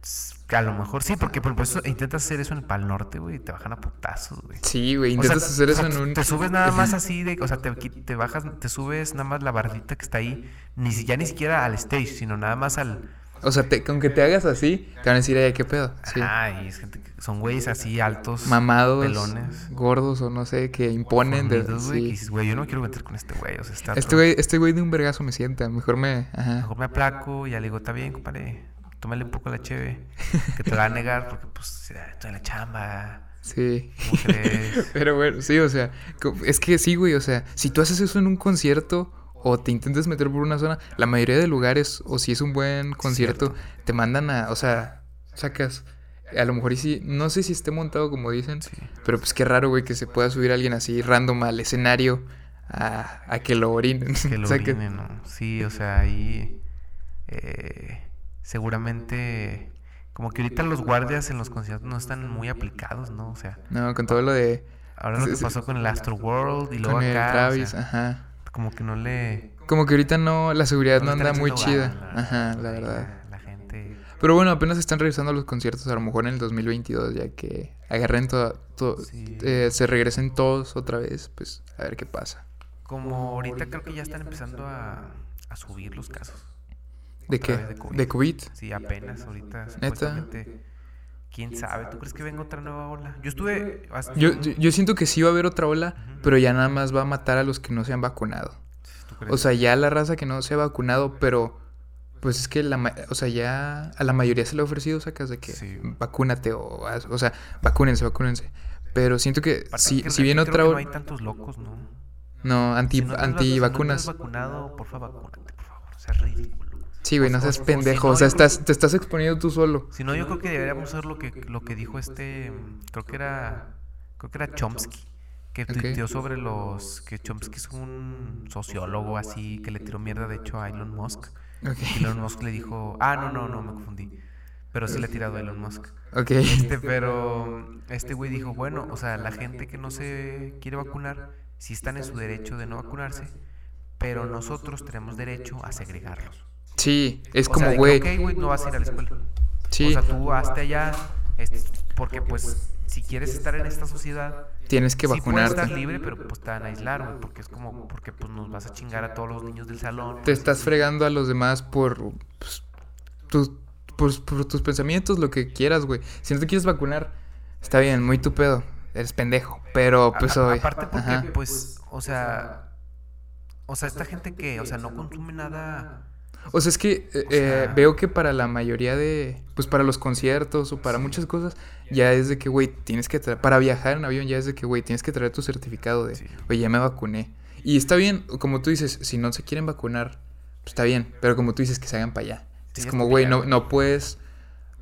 S2: s- A lo mejor sí, porque por por eso intentas hacer eso en el Pal Norte, güey, y te bajan a putazos, güey.
S1: Sí, güey,
S2: O sea,
S1: intentas hacer
S2: o
S1: eso
S2: sea,
S1: en
S2: te-
S1: un...
S2: Te subes nada más así de... O sea, te, qui- te bajas, te subes nada más la barrita que está ahí. Ni, si- ya ni siquiera al stage, sino nada más al...
S1: O sea, te, con que te hagas así, te van a decir, eh, ¿qué pedo? Sí.
S2: Ay, es gente que son güeyes así altos.
S1: Mamados,
S2: Pelones.
S1: gordos o no sé, que imponen. De,
S2: fornidos, güey,
S1: sí.
S2: que dices, güey, yo no quiero meter con este güey. O sea, está...
S1: Este
S2: todo-
S1: güey, este güey de un vergazo me sienta, mejor me... Ajá.
S2: Mejor me aplaco y ya le digo, está bien, compadre. Tómale un poco la cheve. Que te la va a negar porque, pues, ah, estoy en la chamba.
S1: Sí.
S2: ¿Cómo crees?
S1: Pero bueno, sí, o sea, co- es que sí, güey, o sea, si tú haces eso en un concierto o te intentas meter por una zona, la mayoría de lugares, o si es un buen concierto, te mandan a, o sea, sacas, a lo mejor y sí, no sé si esté montado como dicen, pero pues qué raro, güey, que se pueda subir alguien así random al escenario a, a que lo orinen.
S2: Que lo
S1: Sacas.
S2: orinen, ¿no? Sí, o sea, ahí eh, seguramente como que ahorita los guardias en los conciertos no están muy aplicados, ¿no? O sea,
S1: No, con todo lo de
S2: ahora lo
S1: Sí,
S2: que
S1: sí.
S2: pasó con el Astro World y luego
S1: con el
S2: acá, o
S1: Travis, ah.
S2: sea,
S1: ajá.
S2: como que no le
S1: Como que ahorita no, la seguridad
S2: le
S1: no
S2: están
S1: anda muy
S2: echando
S1: chida.
S2: ganas,
S1: Ajá, la
S2: ahí
S1: verdad.
S2: La, la gente
S1: Pero bueno, apenas están revisando los conciertos, a lo mejor en el 2022, ya que agarren todo,
S2: Sí.
S1: se regresen todos otra vez, pues a ver qué pasa.
S2: como ahorita creo que ya están empezando a, a subir los casos.
S1: ¿De
S2: Otra
S1: qué?
S2: vez de COVID.
S1: ¿De COVID?
S2: Sí, apenas ahorita
S1: ¿Neta?
S2: supuestamente quién sabe, ¿tú crees que venga otra nueva ola? Yo estuve hasta-
S1: Yo, yo, yo siento que sí va a haber otra ola,
S2: Ujú.
S1: pero ya nada más va a matar a los que no se han vacunado.
S2: ¿Tú
S1: O
S2: crees?
S1: sea, ya la raza que no se ha vacunado, pero pues es que la, ma- o sea, ya a la mayoría se le ha ofrecido, sacas de que
S2: Sí.
S1: vacúnate o, haz- o sea, vacúnense, vacúnense. Pero siento que
S2: Aparte
S1: si,
S2: que
S1: si viene
S2: creo
S1: otra
S2: que no
S1: ola,
S2: hay tantos locos, ¿no?
S1: no, anti,
S2: Si no te has-
S1: antivacunas.
S2: Si no te has vacunado, porfa, vacúnate, por favor. O sea, ridículo.
S1: Sí, güey,
S2: O
S1: no
S2: sea,
S1: seas
S2: o- o si
S1: pendejo.
S2: no,
S1: O sea,
S2: yo creo
S1: estás, te estás exponiendo tú solo.
S2: Si no, yo creo que deberíamos hacer lo que, lo que dijo este. mm, Creo que era. Creo que era Chomsky. Que
S1: Ok.
S2: tuiteó sobre los. Que Chomsky es un sociólogo así. Que le tiró mierda, de hecho, a Elon Musk. Y
S1: Ok.
S2: Elon Musk le dijo. Ah, no, no, no, me confundí. Pero sí le ha tirado a Elon Musk.
S1: Ok.
S2: Este, pero este güey dijo, bueno, o sea, la gente que no se quiere vacunar, sí están en su derecho de no vacunarse, pero nosotros tenemos derecho a segregarlos.
S1: Sí, es
S2: o sea,
S1: como,
S2: de que,
S1: güey.
S2: ok, güey, no vas a ir a la escuela. O
S1: Sí,
S2: sea, tú hazte allá, este, porque pues si quieres estar en esta sociedad,
S1: tienes que
S2: sí puedes estar
S1: vacunarte.
S2: libre, pero pues te van a aislar, güey, porque es como, porque pues nos vas a chingar a todos los niños del salón.
S1: Te estás fregando a los demás por pues, tus, por, por tus pensamientos, lo que quieras, güey. Si no te quieres vacunar, está bien, muy tu pedo. Eres pendejo. Pero,
S2: A-
S1: pues,
S2: a-
S1: hoy.
S2: Aparte porque,
S1: Ajá.
S2: pues, o sea, O sea, esta gente que, o sea, no consume nada.
S1: O sea, es que eh,
S2: O sea-
S1: eh, veo que para la mayoría de. Pues para los conciertos o para muchas cosas, ya es de que, güey, tienes que traer. Para viajar en avión, ya es de que, güey, tienes que traer tu certificado de.
S2: Sí.
S1: Oye, ya me vacuné. Y está bien, como tú dices, si no se quieren vacunar, pues está bien. Pero como tú dices, que se hagan para allá.
S2: Sí,
S1: es
S2: ya
S1: como,
S2: está
S1: güey, no,
S2: pillado.
S1: no puedes.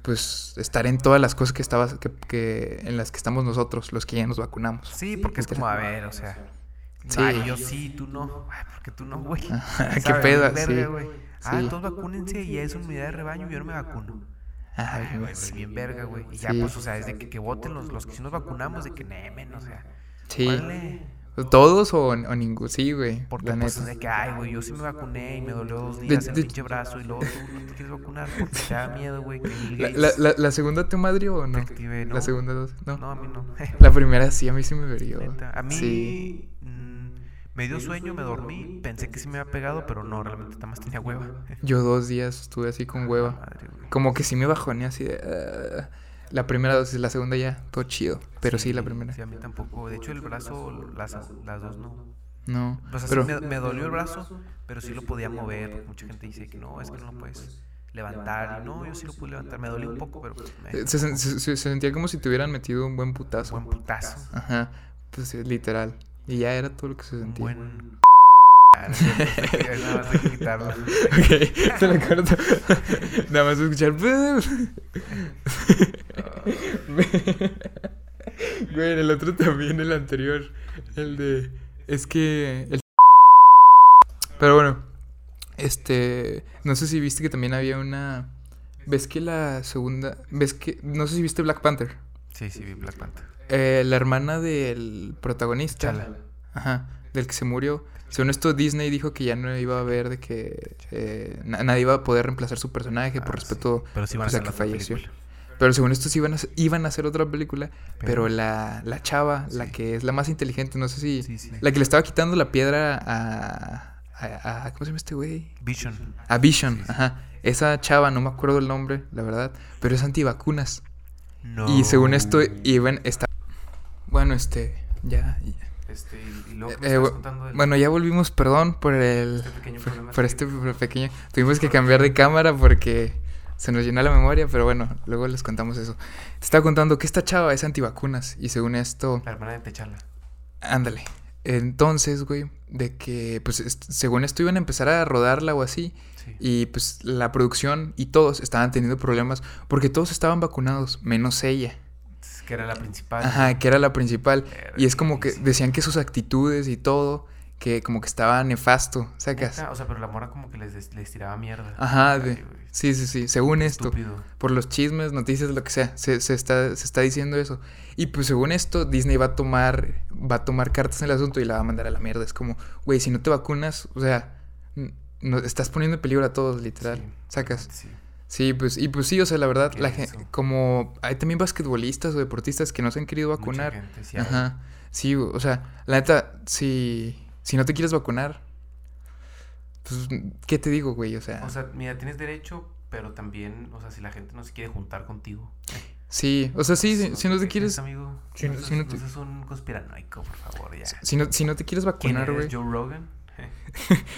S1: Pues estar en todas las cosas que estabas. Que, que- en las que estamos nosotros, los que ya nos vacunamos.
S2: Sí, porque es como, a ver, o sea.
S1: Sí.
S2: Ay, yo sí, tú no. Ay, porque tú no, güey.
S1: Ah, ¿Qué
S2: ¿Sabe?
S1: pedo?
S2: A mí
S1: Sí.
S2: verga, güey. Ah,
S1: Sí.
S2: todos vacúnense y ya es unidad de rebaño y yo no me vacuno.
S1: Ay,
S2: Ay, güey,
S1: güey.
S2: pues bien verga, güey. Y ya,
S1: Sí.
S2: pues, o sea, es de que, que voten los, los que sí nos vacunamos, de que nemen, o sea.
S1: Sí.
S2: órale.
S1: ¿Todos o, o ningún? Sí, güey.
S2: Porque
S1: la
S2: pues
S1: neta.
S2: es de que, ay, güey, yo sí me vacuné y me dolió dos días el
S1: de-
S2: pinche brazo y luego tú no te quieres vacunar porque te da miedo, güey, que Bill
S1: La,
S2: Gates
S1: la- la- la segunda te madrió o no?
S2: te active, ¿no?
S1: La segunda dos, no.
S2: No, a mí no.
S1: La primera sí, a mí sí me verió.
S2: Neta, A mí
S1: Sí.
S2: mm, me dio sueño, me dormí, pensé que sí me había pegado, pero no, realmente nada más tenía hueva.
S1: Yo dos días estuve así con hueva.
S2: Madre, güey.
S1: Como que sí me bajoné así de... "Ah". la primera dosis, la segunda ya, todo chido. Pero sí, la primera.
S2: Sí, a mí tampoco. De hecho, el brazo, las, las dos no.
S1: No.
S2: O sea, sí
S1: Pero
S2: me, me dolió el brazo, pero sí lo podía mover. porque Mucha gente dice que no, es que no lo puedes levantar. Y no, yo sí lo pude levantar. Me dolió un poco, pero pues, me
S1: eh, se, sen- se- se- se sentía como si te hubieran metido un buen putazo.
S2: un buen putazo.
S1: Ajá. Pues sí, literal. Y ya era todo lo que se
S2: Un
S1: sentía.
S2: buen... Ah, no es cierto, hay que- nada más hay que quitarlo.
S1: ok, te la corto. Nada más escuchar. Güey, en el otro también, el anterior. El de. Es que. el- Pero bueno. Este. No sé si viste que también había una. ¿Ves que la segunda. ¿Ves que. No sé si viste Black Panther.
S2: Sí, sí, vi Black Panther.
S1: Eh, la hermana del protagonista. Ajá, del que se murió. Según esto, Disney dijo que ya no iba a haber de que eh, na- nadie iba a poder reemplazar su personaje por
S2: Ah, sí.
S1: respeto.
S2: Pero sí van a
S1: pues, a
S2: hacer la
S1: que
S2: otra
S1: falleció.
S2: película.
S1: Pero según esto, sí iban a, hacer- iban a hacer otra película. Pero
S2: Pero-
S1: la, la chava, la
S2: Sí.
S1: que es la más inteligente, no sé si.
S2: Sí, sí.
S1: La que le estaba quitando la piedra a. a- a- ¿Cómo se llama este güey?
S2: Vision.
S1: A Vision, ajá. Esa chava, no me acuerdo el nombre, la verdad. Pero es antivacunas.
S2: No.
S1: Y según esto, iban. Está... Bueno, este. Ya, ya.
S2: Este, y y luego que me
S1: Eh,
S2: estabas
S1: bu-
S2: contando del-
S1: Bueno, ya volvimos, perdón por el.
S2: Este pequeño
S1: por-
S2: problema
S1: por este pe- pequeño. Tuvimos que cambiar de cámara porque se nos llenó la memoria, pero bueno, luego les contamos eso. Te estaba contando que esta chava es antivacunas y según esto.
S2: La hermana de Techala.
S1: Ándale. Entonces, güey, de que, pues, est- según esto iban a empezar a rodarla o así.
S2: Sí.
S1: Y pues la producción y todos estaban teniendo problemas porque todos estaban vacunados, menos ella.
S2: Que era la principal.
S1: Ajá, que era la principal. Y es como que
S2: Verguísima.
S1: decían que sus actitudes y todo, que como que estaba nefasto, sacas.
S2: Neta, O sea, pero la mora como que les, des- les tiraba mierda.
S1: Ajá,
S2: Ay,
S1: de,
S2: güey,
S1: sí, sí, sí, según esto,
S2: Estúpido.
S1: por los chismes, noticias, lo que sea, se, se está, se está diciendo eso. Y pues según esto, Disney va a tomar, va a tomar cartas en el asunto y la va a mandar a la mierda. Es como, güey, si no te vacunas, o sea, n- no, estás poniendo en peligro a todos, literal,
S2: Sí.
S1: sacas.
S2: Sí.
S1: Sí, pues, y pues sí, o sea, la verdad,
S2: Qué
S1: la gen-
S2: denso.
S1: como hay también basquetbolistas o deportistas que no se han querido
S2: Mucha
S1: vacunar.
S2: gente, sí, hay.
S1: Ajá. Sí, güey, o sea, la neta, si, si no te quieres vacunar, pues, ¿qué te digo, güey? O sea,
S2: O sea, mira, tienes derecho, pero también, o sea, si la gente no se quiere juntar contigo.
S1: sí, o sea, Pues sí, si,
S2: No
S1: si no te
S2: quejes,
S1: quieres,
S2: Amigo,
S1: si
S2: no,
S1: no-
S2: seas-
S1: si no
S2: no
S1: te-
S2: seas un conspiranoico, por favor, ya.
S1: si no, si no te quieres
S2: ¿Quién
S1: vacunar,
S2: eres,
S1: güey,
S2: Joe Rogan?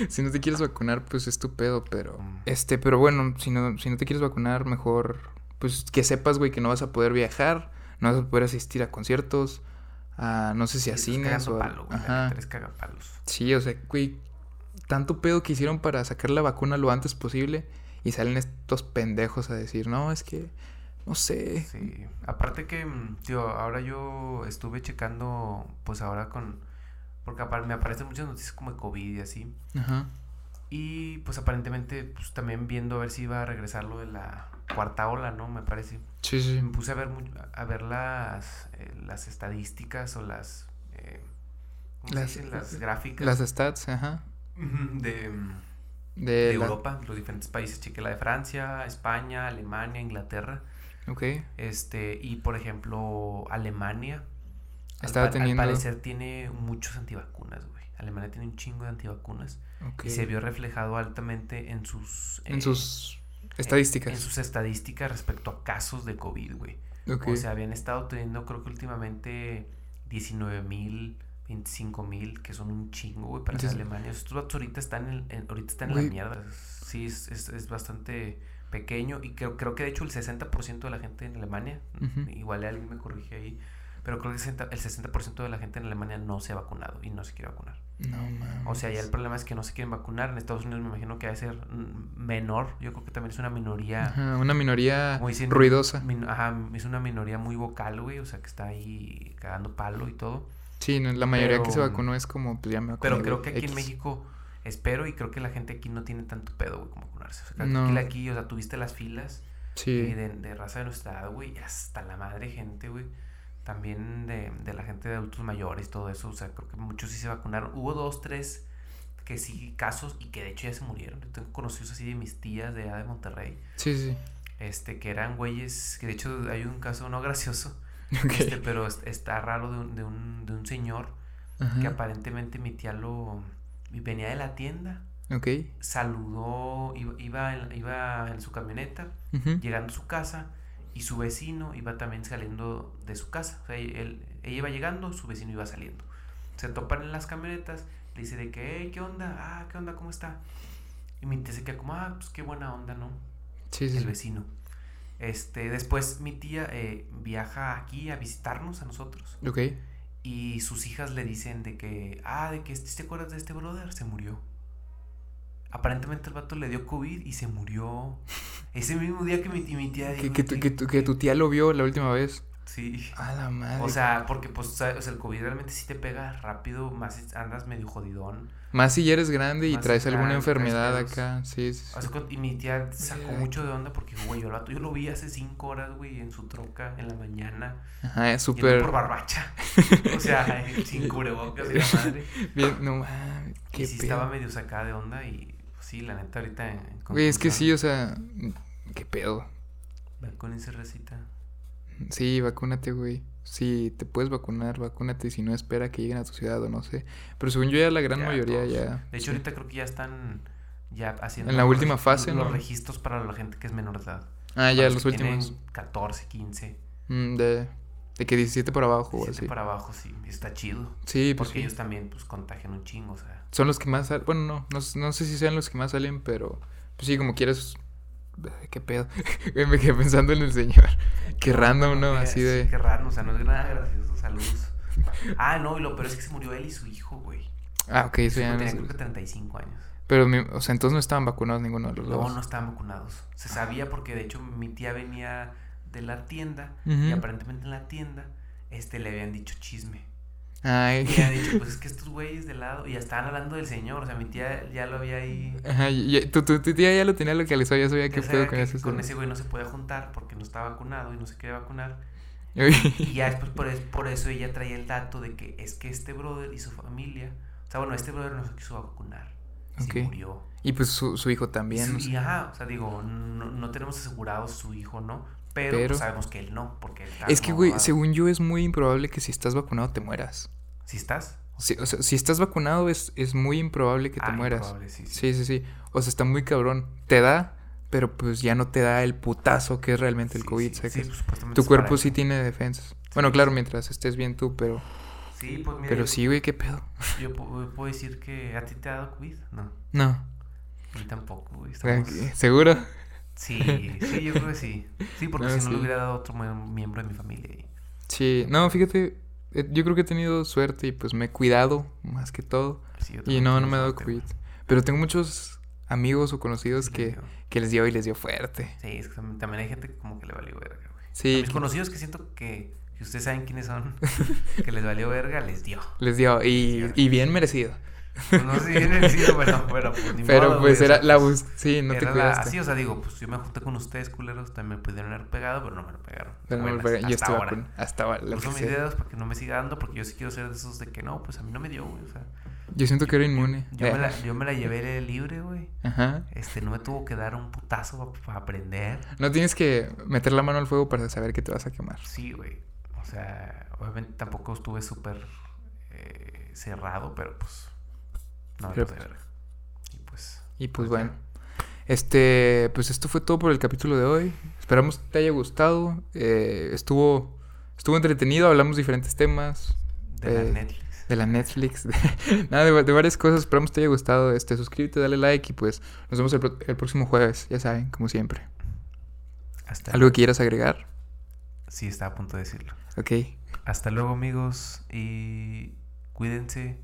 S1: si no te quieres vacunar, pues es tu pedo, pero,
S2: Mm.
S1: este, pero bueno, si no, si no te quieres vacunar, mejor, pues, que sepas, güey, que no vas a poder viajar, no vas a poder asistir a conciertos, a, no sé si a
S2: Estás
S1: cines
S2: cagando
S1: o a-
S2: pues, palo, güey, la
S1: ajá.
S2: neta, eres cagapalos.
S1: Sí, o sea, güey, tanto pedo que hicieron para sacar la vacuna lo antes posible y salen estos pendejos a decir, no, es que, no sé.
S2: Sí, aparte que, mm, tío, ahora yo estuve checando, pues ahora con, porque apar- me aparecen muchas noticias como de COVID y así,
S1: Ajá.
S2: y pues aparentemente, pues también viendo a ver si iba a regresar lo de la cuarta ola, ¿no? Me parece.
S1: Sí, sí.
S2: Me puse a ver, mu- a ver las, eh, las estadísticas o las, eh, ¿cómo se
S1: Las-
S2: dice? las gráficas
S1: Las stats, ajá.
S2: ujú, de, mm,
S1: De,
S2: de
S1: Eh, la-
S2: Europa, los diferentes países, chequé la de Francia, España, Alemania, Inglaterra.
S1: Ok.
S2: Este, y por ejemplo, Alemania. al
S1: Estaba
S2: pa- al,
S1: teniendo-
S2: parecer tiene muchos antivacunas, güey. Alemania tiene un chingo de antivacunas.
S1: ok.
S2: Y se vio reflejado altamente en sus... eh,
S1: En sus
S2: eh,
S1: estadísticas.
S2: En sus estadísticas respecto a casos de COVID, güey.
S1: Ok.
S2: O sea, habían estado teniendo, creo que últimamente, 19 mil 25 mil, que son un chingo, güey, para
S1: Sí, sí.
S2: Alemania. Estos vatos ahorita están en, en- ahorita están en la
S1: Güey.
S2: mierda. Sí, es, es, es bastante pequeño y creo, creo que de hecho el 60% de la gente en Alemania,
S1: Ujú.
S2: igual alguien me corrigió ahí, pero creo que el 60%, el 60 de la gente en Alemania no se ha vacunado y no se quiere vacunar.
S1: No mames.
S2: O sea, ya el problema es que no se quieren vacunar. En Estados Unidos me imagino que va a ser mm, menor. Yo creo que también es una minoría
S1: Ajá, una minoría
S2: como dicen,
S1: ruidosa.
S2: min- ajá, es una minoría muy vocal, güey, o sea, que está ahí cagando palo y todo.
S1: Sí, no, la mayoría que se
S2: pero-
S1: vacunó es como, pues ya me vacuné,
S2: Pero creo
S1: güey,
S2: que aquí en
S1: X.
S2: México, espero y creo que la gente aquí no tiene tanto pedo, güey, como vacunarse. O sea, que
S1: No.
S2: aquí, aquí, o sea, tuviste las filas eh,
S1: Sí.
S2: de, de raza de nuestra edad, güey, y hasta la madre gente, güey. También de, de la gente de adultos mayores, todo eso, o sea, creo que muchos sí se vacunaron. Hubo dos, tres que sí, casos y que de hecho ya se murieron. Yo tengo conocidos así de mis tías de allá de Monterrey,
S1: Sí, sí.
S2: este, que eran güeyes, que de hecho hay un caso no gracioso,
S1: Ok.
S2: este, pero es- está raro de un, de un, de un señor que
S1: Ajá.
S2: aparentemente mi tía lo y venía de la tienda,
S1: Ok.
S2: saludó, iba, iba, en, iba en su camioneta,
S1: Ujú.
S2: llegando a su casa, y su vecino iba también saliendo de su casa. O sea, él- ella iba llegando, su vecino iba saliendo. Se topan en las camionetas, le dice de que, "Hey, ¿qué onda? Ah, ¿qué onda? ¿Cómo está? Y mi tía se queda como, ah, pues qué buena onda, ¿no?
S1: Sí, sí.
S2: el
S1: sí.
S2: vecino. Este, después mi tía eh, viaja aquí a visitarnos a nosotros
S1: Ok.
S2: y sus hijas le dicen de que, ah, de que este- te acuerdas de este brother, se murió. Aparentemente el vato le dio COVID y se murió. Ese mismo día que mi, y mi tía
S1: Que,
S2: dijo
S1: que tu, que tu- que tu Ah, tía lo vio la última vez.
S2: Sí.
S1: A la madre.
S2: O sea, porque pues sabe- o sea, el COVID realmente sí te pega rápido, más si andas medio jodidón.
S1: Más si ya eres grande y
S2: Más si
S1: traes alguna
S2: traes- traes
S1: enfermedad
S2: pedos.
S1: acá. Sí, sí. sí.
S2: O sea, cu- y mi tía sacó
S1: Verga.
S2: mucho de onda porque, güey, yo, el vato- yo lo vi hace cinco horas, güey, en su troca, en la mañana.
S1: Ajá, es
S2: Yendo
S1: súper.
S2: por barbacha. O sea, eh, sin cubrebocas y la madre.
S1: Bien, no mames.
S2: y
S1: Qué
S2: sí
S1: pedo.
S2: Ah, estaba medio sacada de onda y pues, sí, la neta ahorita en
S1: Güey, es que sí, o
S2: conclusión,
S1: sea. Qué pedo.
S2: Vacúnense, recita.
S1: Sí, vacúnate, güey. Si te puedes vacunar, vacúnate. Si no, espera que lleguen a tu ciudad o no sé. Pero según yo, ya la gran
S2: Ya,
S1: mayoría
S2: todos.
S1: ya.
S2: De hecho,
S1: sí.
S2: ahorita creo que ya están ya haciendo
S1: En la
S2: los
S1: última
S2: reg-
S1: fase,
S2: los
S1: ¿no?
S2: registros para la gente que es menor de edad.
S1: Ah, ya,
S2: Para
S1: los
S2: que tienen
S1: últimos.
S2: 14, 15,
S1: Mm, de, de que 17 para abajo o
S2: 17
S1: así.
S2: para abajo, sí. Está chido.
S1: Oh, Sí, pues
S2: Porque
S1: sí.
S2: ellos también pues contagian un chingo, o sea.
S1: Son los que más sal- Bueno, no, no, s- no sé si sean los que más salen, pero. Pues sí, como quieras. Qué pedo. Güey, Me quedé pensando en el señor. Qué random, ¿no?
S2: que-
S1: Así
S2: sí,
S1: de.
S2: Qué raro, o sea, no es nada gracioso, saludos. Ah, no, y lo peor es que se murió él y su hijo, güey.
S1: Ah, ok, eso
S2: Su hijo
S1: ya no
S2: tenía
S1: sé.
S2: creo que 35 años.
S1: Pero, mi- o sea, entonces no estaban vacunados ninguno de los
S2: No,
S1: dos.
S2: no estaban vacunados. Se sabía porque de hecho mi tía venía de la tienda y
S1: Ujú.
S2: aparentemente en la tienda este le habían dicho chisme.
S1: Ay.
S2: Y había dicho, pues es que estos güeyes de lado y ya estaban hablando del señor, o sea, mi tía ya lo había ahí
S1: Ajá, y- y- tu, tu- tu tía ya lo tenía localizado, ya sabía
S2: ya
S1: qué
S2: sabía
S1: pedo con
S2: que
S1: ese
S2: con
S1: señor.
S2: ese güey no se podía juntar porque no estaba vacunado y no se quería vacunar.
S1: Uy,
S2: Y ya después por, es- por eso ella traía el dato de que es que este brother y su familia, o sea, bueno, este brother no se quiso vacunar. Se
S1: Ok.
S2: murió.
S1: Y pues su, su hijo también. o sea,
S2: Sí, ah, y ajá, o sea, digo, no, no tenemos asegurado su hijo, ¿no? Pero,
S1: Pero-
S2: pues, sabemos que él no, porque él está
S1: es que,
S2: como
S1: güey,
S2: abogado.
S1: según yo es muy improbable que si estás vacunado te mueras.
S2: Si estás,
S1: Sí, o sea, si estás vacunado es, es muy improbable que te
S2: ah,
S1: mueras.
S2: improbable, sí, sí.
S1: Sí, sí, sí. O sea, está muy cabrón. Te da, pero pues ya no te da el putazo que es realmente el
S2: Sí,
S1: COVID.
S2: sí,
S1: ¿sabes?
S2: sí, pues, supuestamente
S1: tu
S2: es para
S1: cuerpo sí
S2: eso.
S1: tiene defensas. Bueno, claro, mientras estés bien tú, pero...
S2: Sí, pues mira,
S1: Pero
S2: yo,
S1: sí, güey, qué pedo.
S2: yo pu- yo puedo decir que a ti te ha dado COVID, no,
S1: No.
S2: a mí tampoco, güey.
S1: güey,
S2: estamos-
S1: ¿Seguro?
S2: Sí, sí, yo creo que sí. Sí, porque
S1: No,
S2: si no le
S1: sí.
S2: hubiera dado a otro mie- miembro de mi familia. ahí.
S1: Sí, no, fíjate, eh, yo creo que he tenido suerte y pues me he cuidado más que todo.
S2: pues, Sí, yo
S1: Y
S2: también
S1: no, no
S2: tengo
S1: me ha dado
S2: suerte, güey.
S1: COVID. Pero tengo muchos amigos o conocidos
S2: Sí,
S1: que,
S2: yo-
S1: que les dio y les dio fuerte.
S2: Sí, es que también, también hay gente que como que le valió verga, güey. A
S1: Sí,
S2: mis
S1: que
S2: conocidos que siento que, que ustedes saben quiénes son, que les valió verga, les dio.
S1: les dio y,
S2: Sí,
S1: y bien merecido.
S2: Pues no sé si bien merecido, pero, pero pues ni modo,
S1: Pero
S2: güey,
S1: pues
S2: o sea,
S1: era la
S2: pues,
S1: bus... Sí, no te
S2: era la-
S1: cuidaste.
S2: Así, o sea, digo, pues yo me junté con ustedes, culeros, también me pudieron haber pegado, pero no me lo pegaron.
S1: Pero no me
S2: Buenas,
S1: pega- yo
S2: hasta
S1: estoy
S2: ahora.
S1: vacunado. Hasta ahora. lo
S2: Uso
S1: que
S2: mis
S1: sea.
S2: dedos para que no me siga dando, porque yo sí quiero ser de esos de que no, pues a mí no me dio, güey. O sea,
S1: Yo siento que era inmune.
S2: yo, me
S1: Eh,
S2: la, yo me la llevé libre, güey.
S1: Ajá.
S2: Este, no me tuvo que dar un putazo para aprender.
S1: No tienes que meter la mano al fuego para saber que te vas a quemar.
S2: Sí, güey. O sea, obviamente tampoco estuve súper eh, cerrado, pero pues. No, me
S1: Pero,
S2: pasé de verga. Y pues.
S1: Y pues
S2: Pues ya.
S1: bueno. Este, pues esto fue todo por el capítulo de hoy. Esperamos te haya gustado. Eh, estuvo, estuvo entretenido, hablamos diferentes temas.
S2: De la
S1: Eh,
S2: Netflix.
S1: de la Netflix, de, nada, de, de varias cosas. Esperamos te haya gustado. Este, suscríbete, dale like y pues nos vemos el, pro- el próximo jueves, ya saben, como siempre.
S2: Hasta
S1: ¿Algo que quieras agregar?
S2: Sí, estaba a punto de decirlo.
S1: Ok.
S2: Hasta luego, amigos. Y cuídense,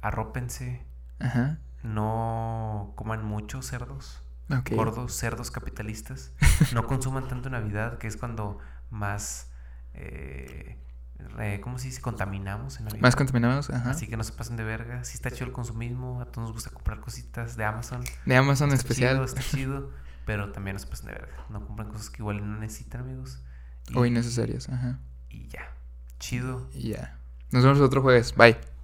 S2: arrópense,
S1: Ajá.
S2: no coman mucho cerdos,
S1: Ok.
S2: gordos, cerdos capitalistas. No consuman tanto Navidad, que es cuando más. eh, eh, ¿Cómo se dice? Contaminamos en Navidad.
S1: Más contaminados, ajá.
S2: Así que no se pasen de verga. Si está chido el consumismo, a todos nos gusta comprar cositas de Amazon.
S1: De Amazon en
S2: Está
S1: especial
S2: chido, está chido, pero también no se pasen de verga. No compren cosas que igual no necesitan, amigos. Y,
S1: o innecesarios, ajá.
S2: y ya. Chido.
S1: Y ya. Nos vemos otro jueves. Bye.